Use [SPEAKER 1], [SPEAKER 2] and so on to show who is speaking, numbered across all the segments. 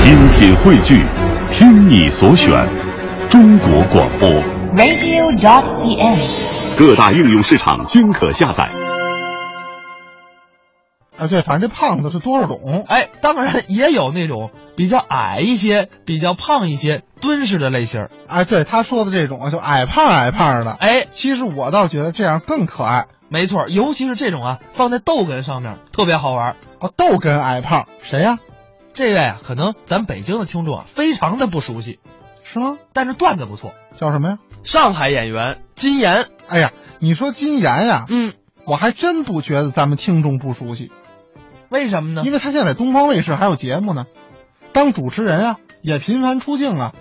[SPEAKER 1] 精品汇聚，听你所选，中国广播。
[SPEAKER 2] radio.cn，
[SPEAKER 1] 各大应用市场均可下载。
[SPEAKER 3] 啊，对，反正这胖子是多少种，
[SPEAKER 4] 哎，当然也有那种比较矮一些、比较胖一些、敦实的类型儿。
[SPEAKER 3] 哎，对他说的这种啊，就矮胖矮胖的。
[SPEAKER 4] 哎，
[SPEAKER 3] 其实我倒觉得这样更可爱
[SPEAKER 4] 没错，尤其是这种啊，放在豆根上面特别好玩儿。
[SPEAKER 3] 哦，豆根矮胖谁呀、
[SPEAKER 4] 这位啊，可能咱北京的听众啊，非常的不熟悉，
[SPEAKER 3] 是吗？
[SPEAKER 4] 但是段子不错。
[SPEAKER 3] 叫什么呀？
[SPEAKER 4] 上海演员金岩，
[SPEAKER 3] 哎呀，你说金岩呀，
[SPEAKER 4] 嗯，
[SPEAKER 3] 我还真不觉得咱们听众不熟悉，
[SPEAKER 4] 为什么呢
[SPEAKER 3] 因？为他现在在东方卫视还有节目呢，当主持人啊，也频繁出镜啊，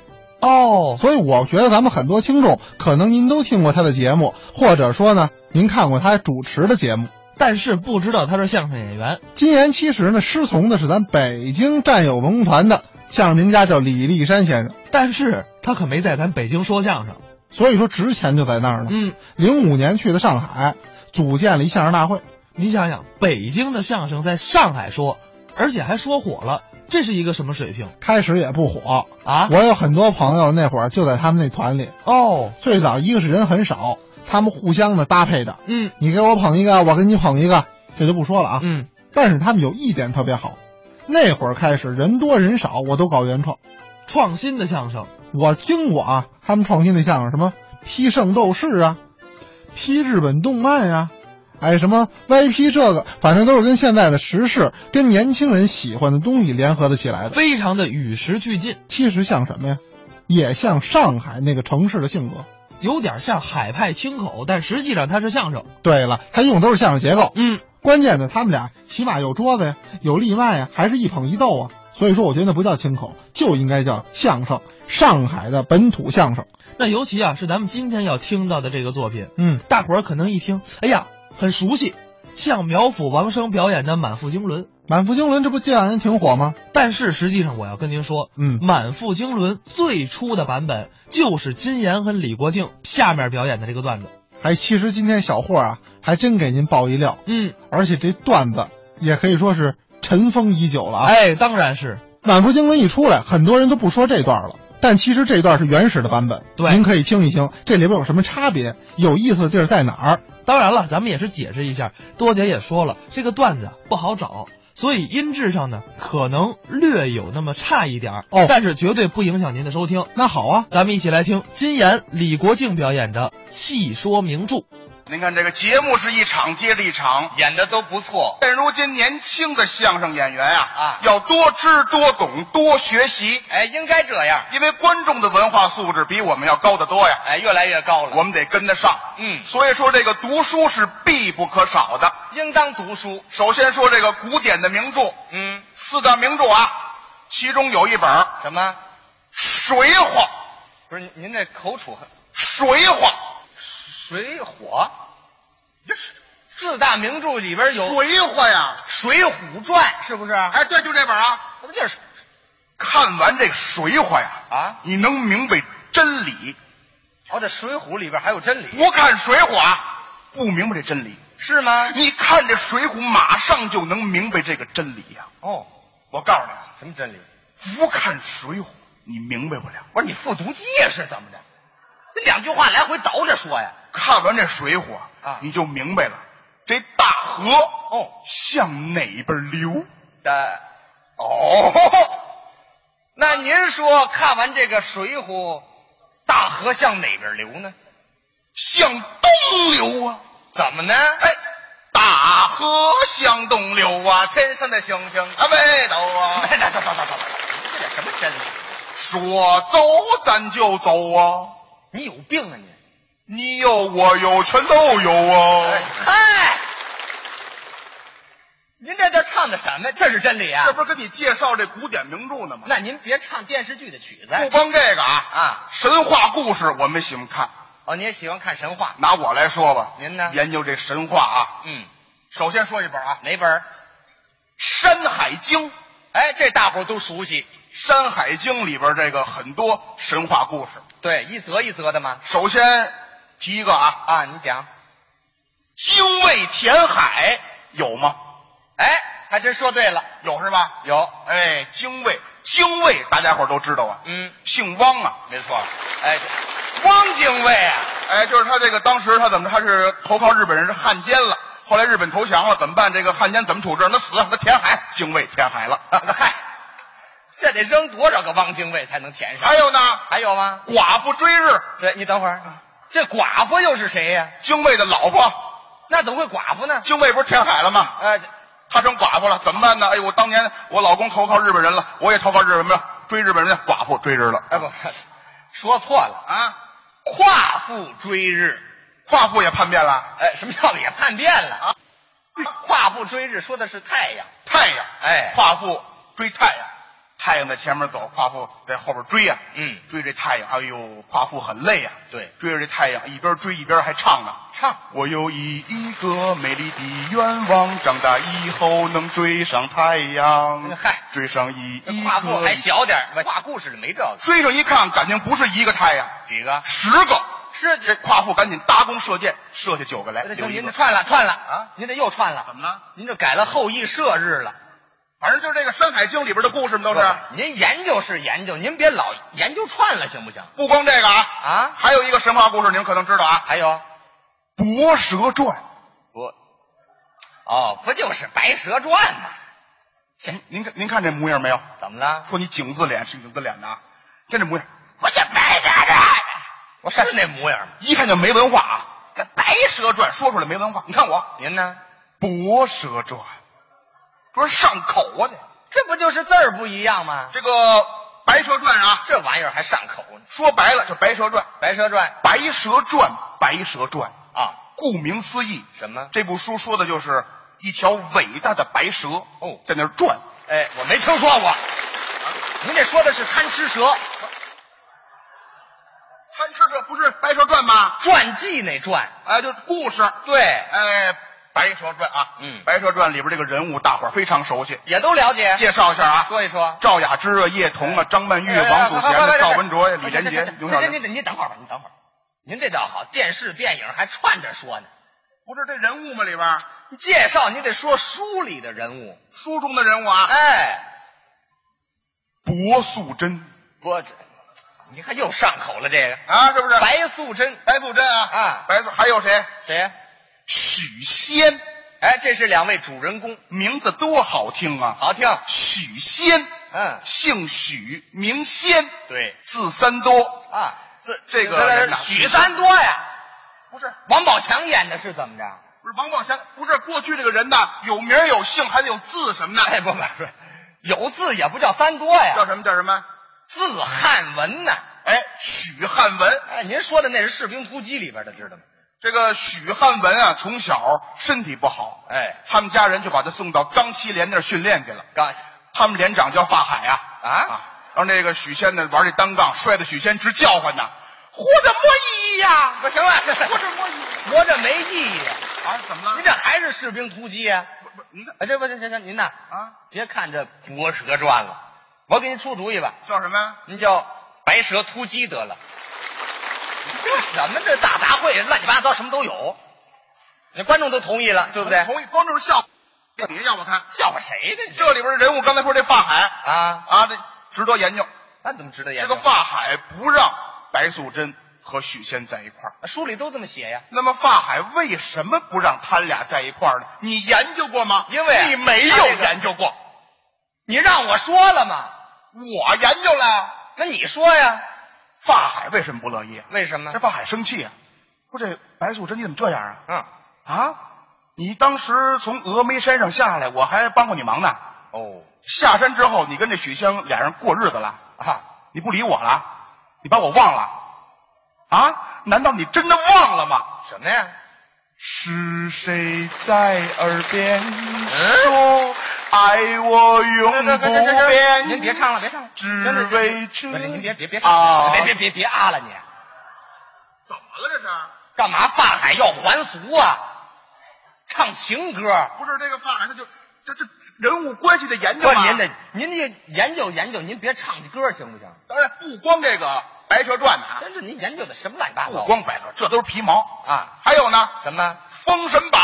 [SPEAKER 4] 哦，
[SPEAKER 3] 所以我觉得咱们很多听众可能您都听过他的节目，或者说呢，您看过他主持的节目。
[SPEAKER 4] 但是不知道他是相声演员。
[SPEAKER 3] 金岩其实呢，师从的是咱北京战友文工团的相声名家，叫李立山先生，
[SPEAKER 4] 但是他可没在咱北京说相声。
[SPEAKER 3] 所以说值钱就在那儿呢。
[SPEAKER 4] 嗯，
[SPEAKER 3] 零五年去的上海，组建了一相声大会。
[SPEAKER 4] 你想想，北京的相声在上海说，而且还说火了，这是一个什么水平
[SPEAKER 3] 开始也不火，
[SPEAKER 4] 啊？
[SPEAKER 3] 我有很多朋友那会儿就在他们那团里。
[SPEAKER 4] 哦，
[SPEAKER 3] 最早一个是人很少，他们互相的搭配着，
[SPEAKER 4] 嗯
[SPEAKER 3] 你给我捧一个，我给你捧一个，这就不说了啊。
[SPEAKER 4] 嗯，
[SPEAKER 3] 但是他们有一点特别好，那会儿开始人多人少，我都搞原创。
[SPEAKER 4] 创新的相声，
[SPEAKER 3] 我听过啊，他们创新的相声，什么批圣斗士啊，批日本动漫呀、哎，什么歪批这个，反正都是跟现在的时事、跟年轻人喜欢的东西联合的起来的。
[SPEAKER 4] 非常的与时俱进，
[SPEAKER 3] 其实像什么呀？也像上海那个城市的性格。
[SPEAKER 4] 有点像海派清口，但实际上它是相声。
[SPEAKER 3] 对了，他用的都是相声结构，
[SPEAKER 4] 嗯，
[SPEAKER 3] 关键呢，他们俩起码有桌子呀，有立麦呀，还是一捧一逗啊。所以说，我觉得那不叫清口，就应该叫相声，上海的本土相声。
[SPEAKER 4] 那尤其啊，是咱们今天要听到的这个作品，
[SPEAKER 3] 嗯，
[SPEAKER 4] 大伙儿可能一听，哎呀，很熟悉，像苗阜、王声表演的《满腹经纶》。
[SPEAKER 3] 满腹经纶这不这两年挺火吗？
[SPEAKER 4] 但是实际上，我要跟您说，
[SPEAKER 3] 嗯
[SPEAKER 4] 《满腹经纶》最初的版本就是金岩和李国庆下面表演的这个段子。
[SPEAKER 3] 哎，其实今天小霍啊，还真给您爆一料，
[SPEAKER 4] 嗯，
[SPEAKER 3] 而且这段子也可以说是尘封已久了啊。
[SPEAKER 4] 哎，当然是
[SPEAKER 3] 满腹经纶一出来，很多人都不说这段了，但其实这段是原始的版本，
[SPEAKER 4] 对
[SPEAKER 3] 您可以听一听，这里边有什么差别，有意思的地儿在哪儿？
[SPEAKER 4] 当然了，咱们也是解释一下，多姐也说了，这个段子不好找，所以音质上呢可能略有那么差一点儿
[SPEAKER 3] 哦
[SPEAKER 4] 但是绝对不影响您的收听。
[SPEAKER 3] 那好啊，
[SPEAKER 4] 咱们一起来听金岩、李国庆表演的《戏说名著》。
[SPEAKER 5] 您看这个节目是一场接着一场，
[SPEAKER 6] 演的都不错。
[SPEAKER 5] 现如今年轻的相声演员啊
[SPEAKER 6] 啊，
[SPEAKER 5] 要多知多懂多学习，
[SPEAKER 6] 哎，应该这样。
[SPEAKER 5] 因为观众的文化素质比我们要高得多呀，
[SPEAKER 6] 哎，越来越高了。
[SPEAKER 5] 我们得跟得上。
[SPEAKER 6] 嗯
[SPEAKER 5] 所以说这个读书是必不可少的。
[SPEAKER 6] 应当读书。
[SPEAKER 5] 首先说这个古典的名著，
[SPEAKER 6] 嗯，
[SPEAKER 5] 四大名著啊，其中有一本《
[SPEAKER 6] 什么？
[SPEAKER 5] 水浒》，《
[SPEAKER 6] 不是您您这口楚很
[SPEAKER 5] 水浒》
[SPEAKER 6] 水火，四大名著里边有《
[SPEAKER 5] 水浒》呀，
[SPEAKER 6] 水浒传》，是不是？哎，
[SPEAKER 5] 哎，对，就这本啊。
[SPEAKER 6] 不就是
[SPEAKER 5] 看完这《水浒》呀，
[SPEAKER 6] 啊？
[SPEAKER 5] 你能明白真理。
[SPEAKER 6] 哦，这《水浒》里边还有真理，
[SPEAKER 5] 不看《水浒》啊，不明白这真理。
[SPEAKER 6] 是吗？
[SPEAKER 5] 你看这《水浒》，马上就能明白这个真理呀、
[SPEAKER 6] 哦，
[SPEAKER 5] 我告诉你啊，
[SPEAKER 6] 什么真理？啊
[SPEAKER 5] 不看《水浒》，你明白不了。
[SPEAKER 6] 不是你复读机呀？是怎么着？这两句话来回倒着说呀？
[SPEAKER 5] 看完这《水浒》
[SPEAKER 6] 啊
[SPEAKER 5] 你就明白了，这大河
[SPEAKER 6] 哦呃
[SPEAKER 5] 向哪边流？
[SPEAKER 6] 的。
[SPEAKER 5] 哦，
[SPEAKER 6] 那您说，看完这个《水浒》，大河向哪边流呢？
[SPEAKER 5] 向东流啊！
[SPEAKER 6] 怎么呢？
[SPEAKER 5] 哎，大河向东流啊，天上的星星啊，北斗啊。
[SPEAKER 6] 哎，走走走走走，这叫什么真理？
[SPEAKER 5] 说走咱就走啊，
[SPEAKER 6] 你有病啊你！
[SPEAKER 5] 你有我有全都有啊。
[SPEAKER 6] 哎嗨，您这叫唱的什么？这是真理啊！
[SPEAKER 5] 这不是跟你介绍这古典名著呢吗？
[SPEAKER 6] 那您别唱电视剧的曲子
[SPEAKER 5] 不光这个啊，
[SPEAKER 6] 啊！
[SPEAKER 5] 神话故事我们喜欢看。
[SPEAKER 6] 哦，您也喜欢看神话？
[SPEAKER 5] 拿我来说吧，
[SPEAKER 6] 您呢
[SPEAKER 5] 研究这神话啊，
[SPEAKER 6] 嗯，
[SPEAKER 5] 首先说一本啊，《
[SPEAKER 6] 哪本儿？
[SPEAKER 5] 山海经》。
[SPEAKER 6] 哎，这大伙儿都熟悉。
[SPEAKER 5] 《山海经》里边这个很多神话故事。
[SPEAKER 6] 对，一则一则的嘛。
[SPEAKER 5] 首先提一个啊，
[SPEAKER 6] 啊，你讲。
[SPEAKER 5] 精卫填海有吗？
[SPEAKER 6] 哎，还真说对了，
[SPEAKER 5] 有是吧？
[SPEAKER 6] 有
[SPEAKER 5] 哎，精卫，精卫大家伙都知道啊，
[SPEAKER 6] 哎嗯，
[SPEAKER 5] 姓汪啊，
[SPEAKER 6] 没错。哎，汪精卫啊，
[SPEAKER 5] 哎，就是他这个当时他怎么他是投靠日本人是汉奸了，后来日本投降了怎么办？这个汉奸怎么处置？让他死，让他填海，精卫填海了。
[SPEAKER 6] 嗨，这得扔多少个汪精卫才能填上？
[SPEAKER 5] 还有呢，
[SPEAKER 6] 还有吗？
[SPEAKER 5] 寡妇追日，
[SPEAKER 6] 对，你等会
[SPEAKER 5] 嗯
[SPEAKER 6] 儿，这寡妇又是谁呀、
[SPEAKER 5] 精卫的老婆，
[SPEAKER 6] 那怎么会寡妇呢？
[SPEAKER 5] 精卫不是填海了吗？
[SPEAKER 6] 呃，
[SPEAKER 5] 他成寡妇了，怎么办呢？哎，我当年我老公投靠日本人了，我也投靠日本人了，追日本人去，寡妇追日了
[SPEAKER 6] 哎不， 说错了，
[SPEAKER 5] 啊，
[SPEAKER 6] 夸父追日。
[SPEAKER 5] 夸父也叛变了，
[SPEAKER 6] 哎，什么叫也叛变了啊？夸父追日说的是太阳。
[SPEAKER 5] 太阳，
[SPEAKER 6] 哎
[SPEAKER 5] 夸父追太阳，太阳在前面走，夸父在后边追呀、
[SPEAKER 6] 嗯，
[SPEAKER 5] 追这太阳，哎呦，夸父很累呀、
[SPEAKER 6] 对，
[SPEAKER 5] 追着这太阳，一边追一边还唱呢。
[SPEAKER 6] 唱
[SPEAKER 5] 我有一个美丽的愿望，长大以后能追上太阳。
[SPEAKER 6] 嗨
[SPEAKER 5] 追上一
[SPEAKER 6] 这
[SPEAKER 5] 一
[SPEAKER 6] 夸父
[SPEAKER 5] 个
[SPEAKER 6] 还，小点儿，画故事里没这个。哎
[SPEAKER 5] 追上一看，感情不是一个太阳，
[SPEAKER 6] 几个？
[SPEAKER 5] 十个。
[SPEAKER 6] 是
[SPEAKER 5] 这夸父赶紧搭弓射箭，射下九个来。
[SPEAKER 6] 这
[SPEAKER 5] 留
[SPEAKER 6] 行，
[SPEAKER 5] 一
[SPEAKER 6] 您
[SPEAKER 5] 个
[SPEAKER 6] 这串了串了啊！您这又串了，
[SPEAKER 5] 怎么了？
[SPEAKER 6] 您这改了后羿射日了。
[SPEAKER 5] 反正就是这个《山海经》里边的故事嘛，都是。
[SPEAKER 6] 您研究是研究，您别老研究串了，行不行？
[SPEAKER 5] 不光这个啊，
[SPEAKER 6] 啊，哎
[SPEAKER 5] 还有一个神话故事，你们可能知道啊，
[SPEAKER 6] 还有
[SPEAKER 5] 《博蛇传
[SPEAKER 6] 不，哦，不就是《白蛇传》吗？》。
[SPEAKER 5] 您您看您看这模样没有？
[SPEAKER 6] 怎么了？
[SPEAKER 5] 说你井字脸是井字脸的啊，看这模样，
[SPEAKER 6] 我这白蛇传，我是那模样吗？
[SPEAKER 5] 一看就没文化啊！这《白蛇传》说出来没文化，你看我
[SPEAKER 6] 您呢？
[SPEAKER 5] 《博蛇传》，不是上口啊这
[SPEAKER 6] 这不就是字儿不一样吗？
[SPEAKER 5] 这个《白蛇传》啊，
[SPEAKER 6] 这玩意儿还上口呢，
[SPEAKER 5] 说白了就《白蛇传》，
[SPEAKER 6] 《白蛇传
[SPEAKER 5] 《白蛇传》，《白蛇传》，》
[SPEAKER 6] 啊，
[SPEAKER 5] 顾名思义，
[SPEAKER 6] 什么？
[SPEAKER 5] 这部书说的就是一条伟大的白蛇
[SPEAKER 6] 哦
[SPEAKER 5] 在那儿转。
[SPEAKER 6] 哎，我没听说过。您这说的是贪吃蛇
[SPEAKER 5] 贪吃蛇不是《白蛇传》吗？
[SPEAKER 6] 传记那传，
[SPEAKER 5] 哎，就是故事。
[SPEAKER 6] 对，
[SPEAKER 5] 哎，《白蛇传》啊，
[SPEAKER 6] 嗯
[SPEAKER 5] 白蛇传》里边这个人物大伙儿非常熟悉。
[SPEAKER 6] 也都了解。
[SPEAKER 5] 介绍一下啊，
[SPEAKER 6] 说一说。
[SPEAKER 5] 赵雅芝啊、叶童啊、张曼玉啊、
[SPEAKER 6] 哎哎
[SPEAKER 5] 王祖贤啊、
[SPEAKER 6] 哎
[SPEAKER 5] 赵文卓呀、
[SPEAKER 6] 哎
[SPEAKER 5] 李连杰、
[SPEAKER 6] 行
[SPEAKER 5] 刘
[SPEAKER 6] 行
[SPEAKER 5] 晓
[SPEAKER 6] 行
[SPEAKER 5] 玲
[SPEAKER 6] 您。您您等会儿吧，您等会儿。您这倒好，电视电影还串着说呢。
[SPEAKER 5] 不是这人物吗？里边
[SPEAKER 6] 介绍你得说书里的人物。
[SPEAKER 5] 书中的人物啊，
[SPEAKER 6] 哎，
[SPEAKER 5] 薄素贞
[SPEAKER 6] 我这，你看又上口了这个。
[SPEAKER 5] 啊，是不是？
[SPEAKER 6] 白素贞，
[SPEAKER 5] 白素贞啊
[SPEAKER 6] 啊
[SPEAKER 5] 白素还有谁？
[SPEAKER 6] 谁呀？
[SPEAKER 5] 许仙，
[SPEAKER 6] 哎，这是两位主人公，
[SPEAKER 5] 名字多好听啊！
[SPEAKER 6] 好听。
[SPEAKER 5] 许仙，
[SPEAKER 6] 嗯，
[SPEAKER 5] 姓许，名仙，
[SPEAKER 6] 对
[SPEAKER 5] 字三多。
[SPEAKER 6] 啊，这
[SPEAKER 5] 这个人呐
[SPEAKER 6] 许三多呀，
[SPEAKER 5] 不是，
[SPEAKER 6] 王宝强演的是怎么着？
[SPEAKER 5] 不是王宝强，不是过去这个人呐，有名有姓，还得有字什么的。
[SPEAKER 6] 哎，不不不，有字也不叫三多呀
[SPEAKER 5] 叫，什么？叫什么？
[SPEAKER 6] 字汉文呐。
[SPEAKER 5] 哎，许汉文。
[SPEAKER 6] 哎，您说的那是《士兵突击》里边的，知道吗？
[SPEAKER 5] 这个许汉文啊，从小身体不好，
[SPEAKER 6] 哎，
[SPEAKER 5] 他们家人就把他送到钢七连那儿训练去了。
[SPEAKER 6] 刚
[SPEAKER 5] 他们连长叫法海啊
[SPEAKER 6] 啊
[SPEAKER 5] 让那个许仙呢玩这单杠，摔得许仙直叫唤呢，活着没意义呀、
[SPEAKER 6] 不行了，
[SPEAKER 5] 活着没意义
[SPEAKER 6] 活着没意义。
[SPEAKER 5] 啊？怎么了？
[SPEAKER 6] 您这还是《士兵突击》啊？
[SPEAKER 5] 不不，您这
[SPEAKER 6] 哎，这不行行行，您呐，
[SPEAKER 5] 啊
[SPEAKER 6] 别看这《博蛇传》了，我给您出主意吧，
[SPEAKER 5] 叫什么呀？
[SPEAKER 6] 您叫《白蛇突击》得了。这什么这大杂烩，乱七八糟什么都有，那观众都同意了，对不对？
[SPEAKER 5] 同意，光就是笑，你要我看
[SPEAKER 6] 笑话谁呢？
[SPEAKER 5] 这里边的人物，刚才说这法海
[SPEAKER 6] 啊，
[SPEAKER 5] 啊，这值得研究。
[SPEAKER 6] 那怎么值得研
[SPEAKER 5] 这
[SPEAKER 6] 究？
[SPEAKER 5] 个法海不让白素贞和许仙在一块儿。
[SPEAKER 6] 书里都这么写呀。
[SPEAKER 5] 那么法海为什么不让他俩在一块儿呢？你研究过吗？
[SPEAKER 6] 因为啊
[SPEAKER 5] 你没有研究过，
[SPEAKER 6] 你让我说了嘛？
[SPEAKER 5] 我研究了。
[SPEAKER 6] 那你说呀？
[SPEAKER 5] 法海为什么不乐意啊？
[SPEAKER 6] 为什么
[SPEAKER 5] 这？法海生气啊，说这白素贞你怎么这样啊？
[SPEAKER 6] 嗯，
[SPEAKER 5] 啊，你当时从峨眉山上下来，我还帮过你忙呢。
[SPEAKER 6] 哦，
[SPEAKER 5] 下山之后，你跟这许仙俩人过日子了
[SPEAKER 6] 啊，
[SPEAKER 5] 你不理我了，你把我忘了啊？难道你真的忘了吗？
[SPEAKER 6] 什么呀？
[SPEAKER 5] 是谁在耳边
[SPEAKER 6] 嗯
[SPEAKER 5] 说爱我永不变？
[SPEAKER 6] 您别唱了，别唱了，
[SPEAKER 5] 只为这
[SPEAKER 6] 不是您别别别
[SPEAKER 5] 啊
[SPEAKER 6] 唱，别别别别啊了你，
[SPEAKER 5] 怎么了？这是
[SPEAKER 6] 干嘛法海要还俗啊？唱情歌，
[SPEAKER 5] 不是这个法海他就这这人物关系的研
[SPEAKER 6] 不
[SPEAKER 5] 究
[SPEAKER 6] 是
[SPEAKER 5] 啊？
[SPEAKER 6] 您得您得研究研究，您别唱歌行不行？
[SPEAKER 5] 当然不光这个《白蛇传》呢啊，
[SPEAKER 6] 真是您研究的什么乱七八糟？
[SPEAKER 5] 不光《白蛇》，这都是皮毛。
[SPEAKER 6] 啊，
[SPEAKER 5] 还有呢，
[SPEAKER 6] 什么
[SPEAKER 5] 《封神榜》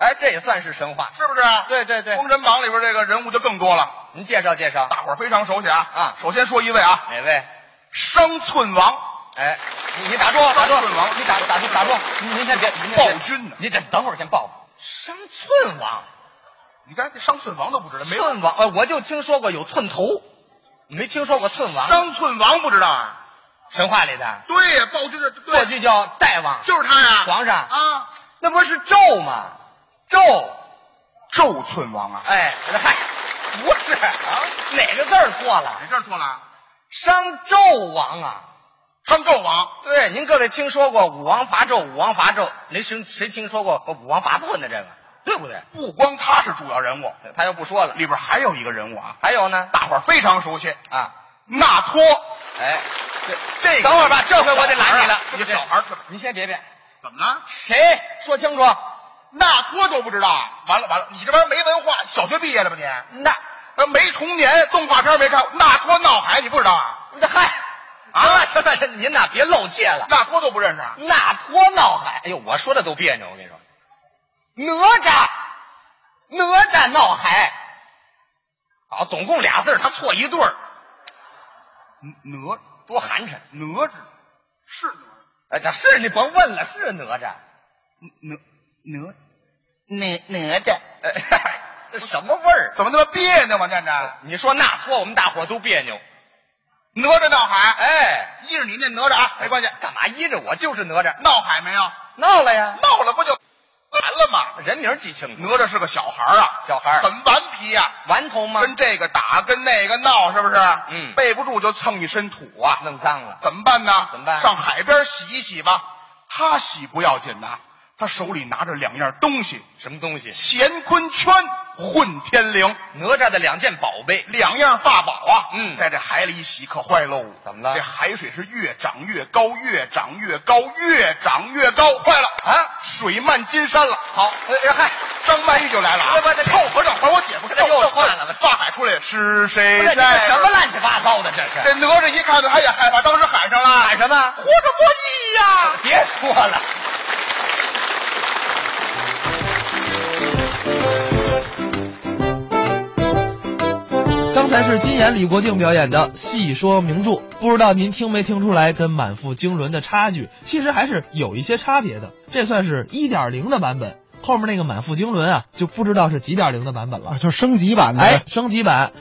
[SPEAKER 6] 哎，这也算是神话。
[SPEAKER 5] 是不是啊？
[SPEAKER 6] 对对对
[SPEAKER 5] 封神榜里边这个人物就更多了，
[SPEAKER 6] 您介绍介绍，
[SPEAKER 5] 大伙儿非常熟悉啊。
[SPEAKER 6] 啊
[SPEAKER 5] 首先说一位啊，
[SPEAKER 6] 哪位？
[SPEAKER 5] 商寸王，
[SPEAKER 6] 哎，你你打住，打住，
[SPEAKER 5] 商寸王
[SPEAKER 6] 你打打住打住，您您先别，您先别
[SPEAKER 5] 暴君呢
[SPEAKER 6] 您等等会儿先报吧。商寸王，
[SPEAKER 5] 你看这商寸王都不知道，没有
[SPEAKER 6] 寸王，呃，我就听说过有寸头，没听说过寸王。
[SPEAKER 5] 商寸王不知道啊？
[SPEAKER 6] 神话里的
[SPEAKER 5] 对呀，暴君的
[SPEAKER 6] 过
[SPEAKER 5] 对，
[SPEAKER 6] 去叫大王，
[SPEAKER 5] 就是他呀，
[SPEAKER 6] 皇上，
[SPEAKER 5] 啊，
[SPEAKER 6] 那不是纣吗？纣，
[SPEAKER 5] 纣寸王啊，
[SPEAKER 6] 哎，嗨，不是啊，哪个字儿错了？
[SPEAKER 5] 你这儿错了啊，
[SPEAKER 6] 商纣王啊。
[SPEAKER 5] 商纣王，
[SPEAKER 6] 对，您各位听说过武王伐纣，武王伐纣，您谁谁听说过武王伐纣呢？这个对不对？
[SPEAKER 5] 不光他是主要人物，
[SPEAKER 6] 他又不说了。
[SPEAKER 5] 里边还有一个人物啊，
[SPEAKER 6] 还有呢？
[SPEAKER 5] 大伙儿非常熟悉，
[SPEAKER 6] 啊，
[SPEAKER 5] 纳托，
[SPEAKER 6] 哎，
[SPEAKER 5] 这个
[SPEAKER 6] 等会儿吧，这回我得拦你了。
[SPEAKER 5] 你个小孩儿特别
[SPEAKER 6] 您先别别，
[SPEAKER 5] 怎么了？
[SPEAKER 6] 谁说清楚？
[SPEAKER 5] 纳托都不知道啊！完了完了，你这玩意儿没文化，小学毕业的吧你？
[SPEAKER 6] 那
[SPEAKER 5] 呃，没童年，动画片没看过，纳托闹海你不知道啊？
[SPEAKER 6] 那嗨，行了行了，您呐别露怯了。
[SPEAKER 5] 纳托都不认识啊？
[SPEAKER 6] 纳托闹海，哎呦，我说的都别扭，我跟你说，哪吒，哪吒闹海，啊，总共俩字儿他错一对儿，
[SPEAKER 5] 哪
[SPEAKER 6] 多寒碜。
[SPEAKER 5] 哪吒是哪
[SPEAKER 6] 哎，那是你甭问了，是哪吒。
[SPEAKER 5] 哪哪？
[SPEAKER 6] 哪哪吒？哎这什么味儿？啊
[SPEAKER 5] 怎么那么别扭嘛？啊念着
[SPEAKER 6] 你说那托，我们大伙儿都别扭。
[SPEAKER 5] 哪吒闹海，
[SPEAKER 6] 哎，
[SPEAKER 5] 依着你念哪吒啊，没关系。
[SPEAKER 6] 干嘛依着我就是哪吒？
[SPEAKER 5] 闹海没有？
[SPEAKER 6] 闹了呀，
[SPEAKER 5] 闹了不就完了吗？
[SPEAKER 6] 人名记清楚。
[SPEAKER 5] 哪吒是个小孩儿啊，
[SPEAKER 6] 小孩儿
[SPEAKER 5] 很顽皮呀、
[SPEAKER 6] 顽童吗？
[SPEAKER 5] 跟这个打，跟那个闹，是不是？
[SPEAKER 6] 嗯
[SPEAKER 5] 备不住就蹭一身土啊。
[SPEAKER 6] 弄脏了。
[SPEAKER 5] 怎么办呢？
[SPEAKER 6] 怎么办
[SPEAKER 5] 上海边洗一洗吧。他洗不要紧呐，他手里拿着两样东西：
[SPEAKER 6] 什么东西？
[SPEAKER 5] 乾坤圈、混天绫，
[SPEAKER 6] 哪吒的两件宝贝。
[SPEAKER 5] 两样法宝啊。
[SPEAKER 6] 嗯
[SPEAKER 5] 在这海里一洗可坏喽。
[SPEAKER 6] 怎么了
[SPEAKER 5] 这海水是越涨越高，越涨越高，越涨越高，坏了
[SPEAKER 6] 啊！
[SPEAKER 5] 水漫金山了。
[SPEAKER 6] 好，哎嗨，
[SPEAKER 5] 张曼玉就来了啊！
[SPEAKER 6] 哎我的
[SPEAKER 5] 凑合着，等我姐夫
[SPEAKER 6] 这又串了吧
[SPEAKER 5] 法海出来是
[SPEAKER 6] 不
[SPEAKER 5] 谁
[SPEAKER 6] 是你这
[SPEAKER 5] 哎在？
[SPEAKER 6] 什么？乱七八糟的，这是
[SPEAKER 5] 这哪吒一看到他也害怕，当时喊上了：“
[SPEAKER 6] 喊什么
[SPEAKER 5] 活着不易呀！”
[SPEAKER 6] 别说了。
[SPEAKER 4] 刚才是金岩李国庆表演的戏说名著，不知道您听没听出来跟满腹经纶的差距？其实还是有一些差别的，这算是一点零的版本，后面那个满腹经纶啊，就不知道是几点零的版本了
[SPEAKER 3] 啊，。就升级版的。
[SPEAKER 4] 哎，升级版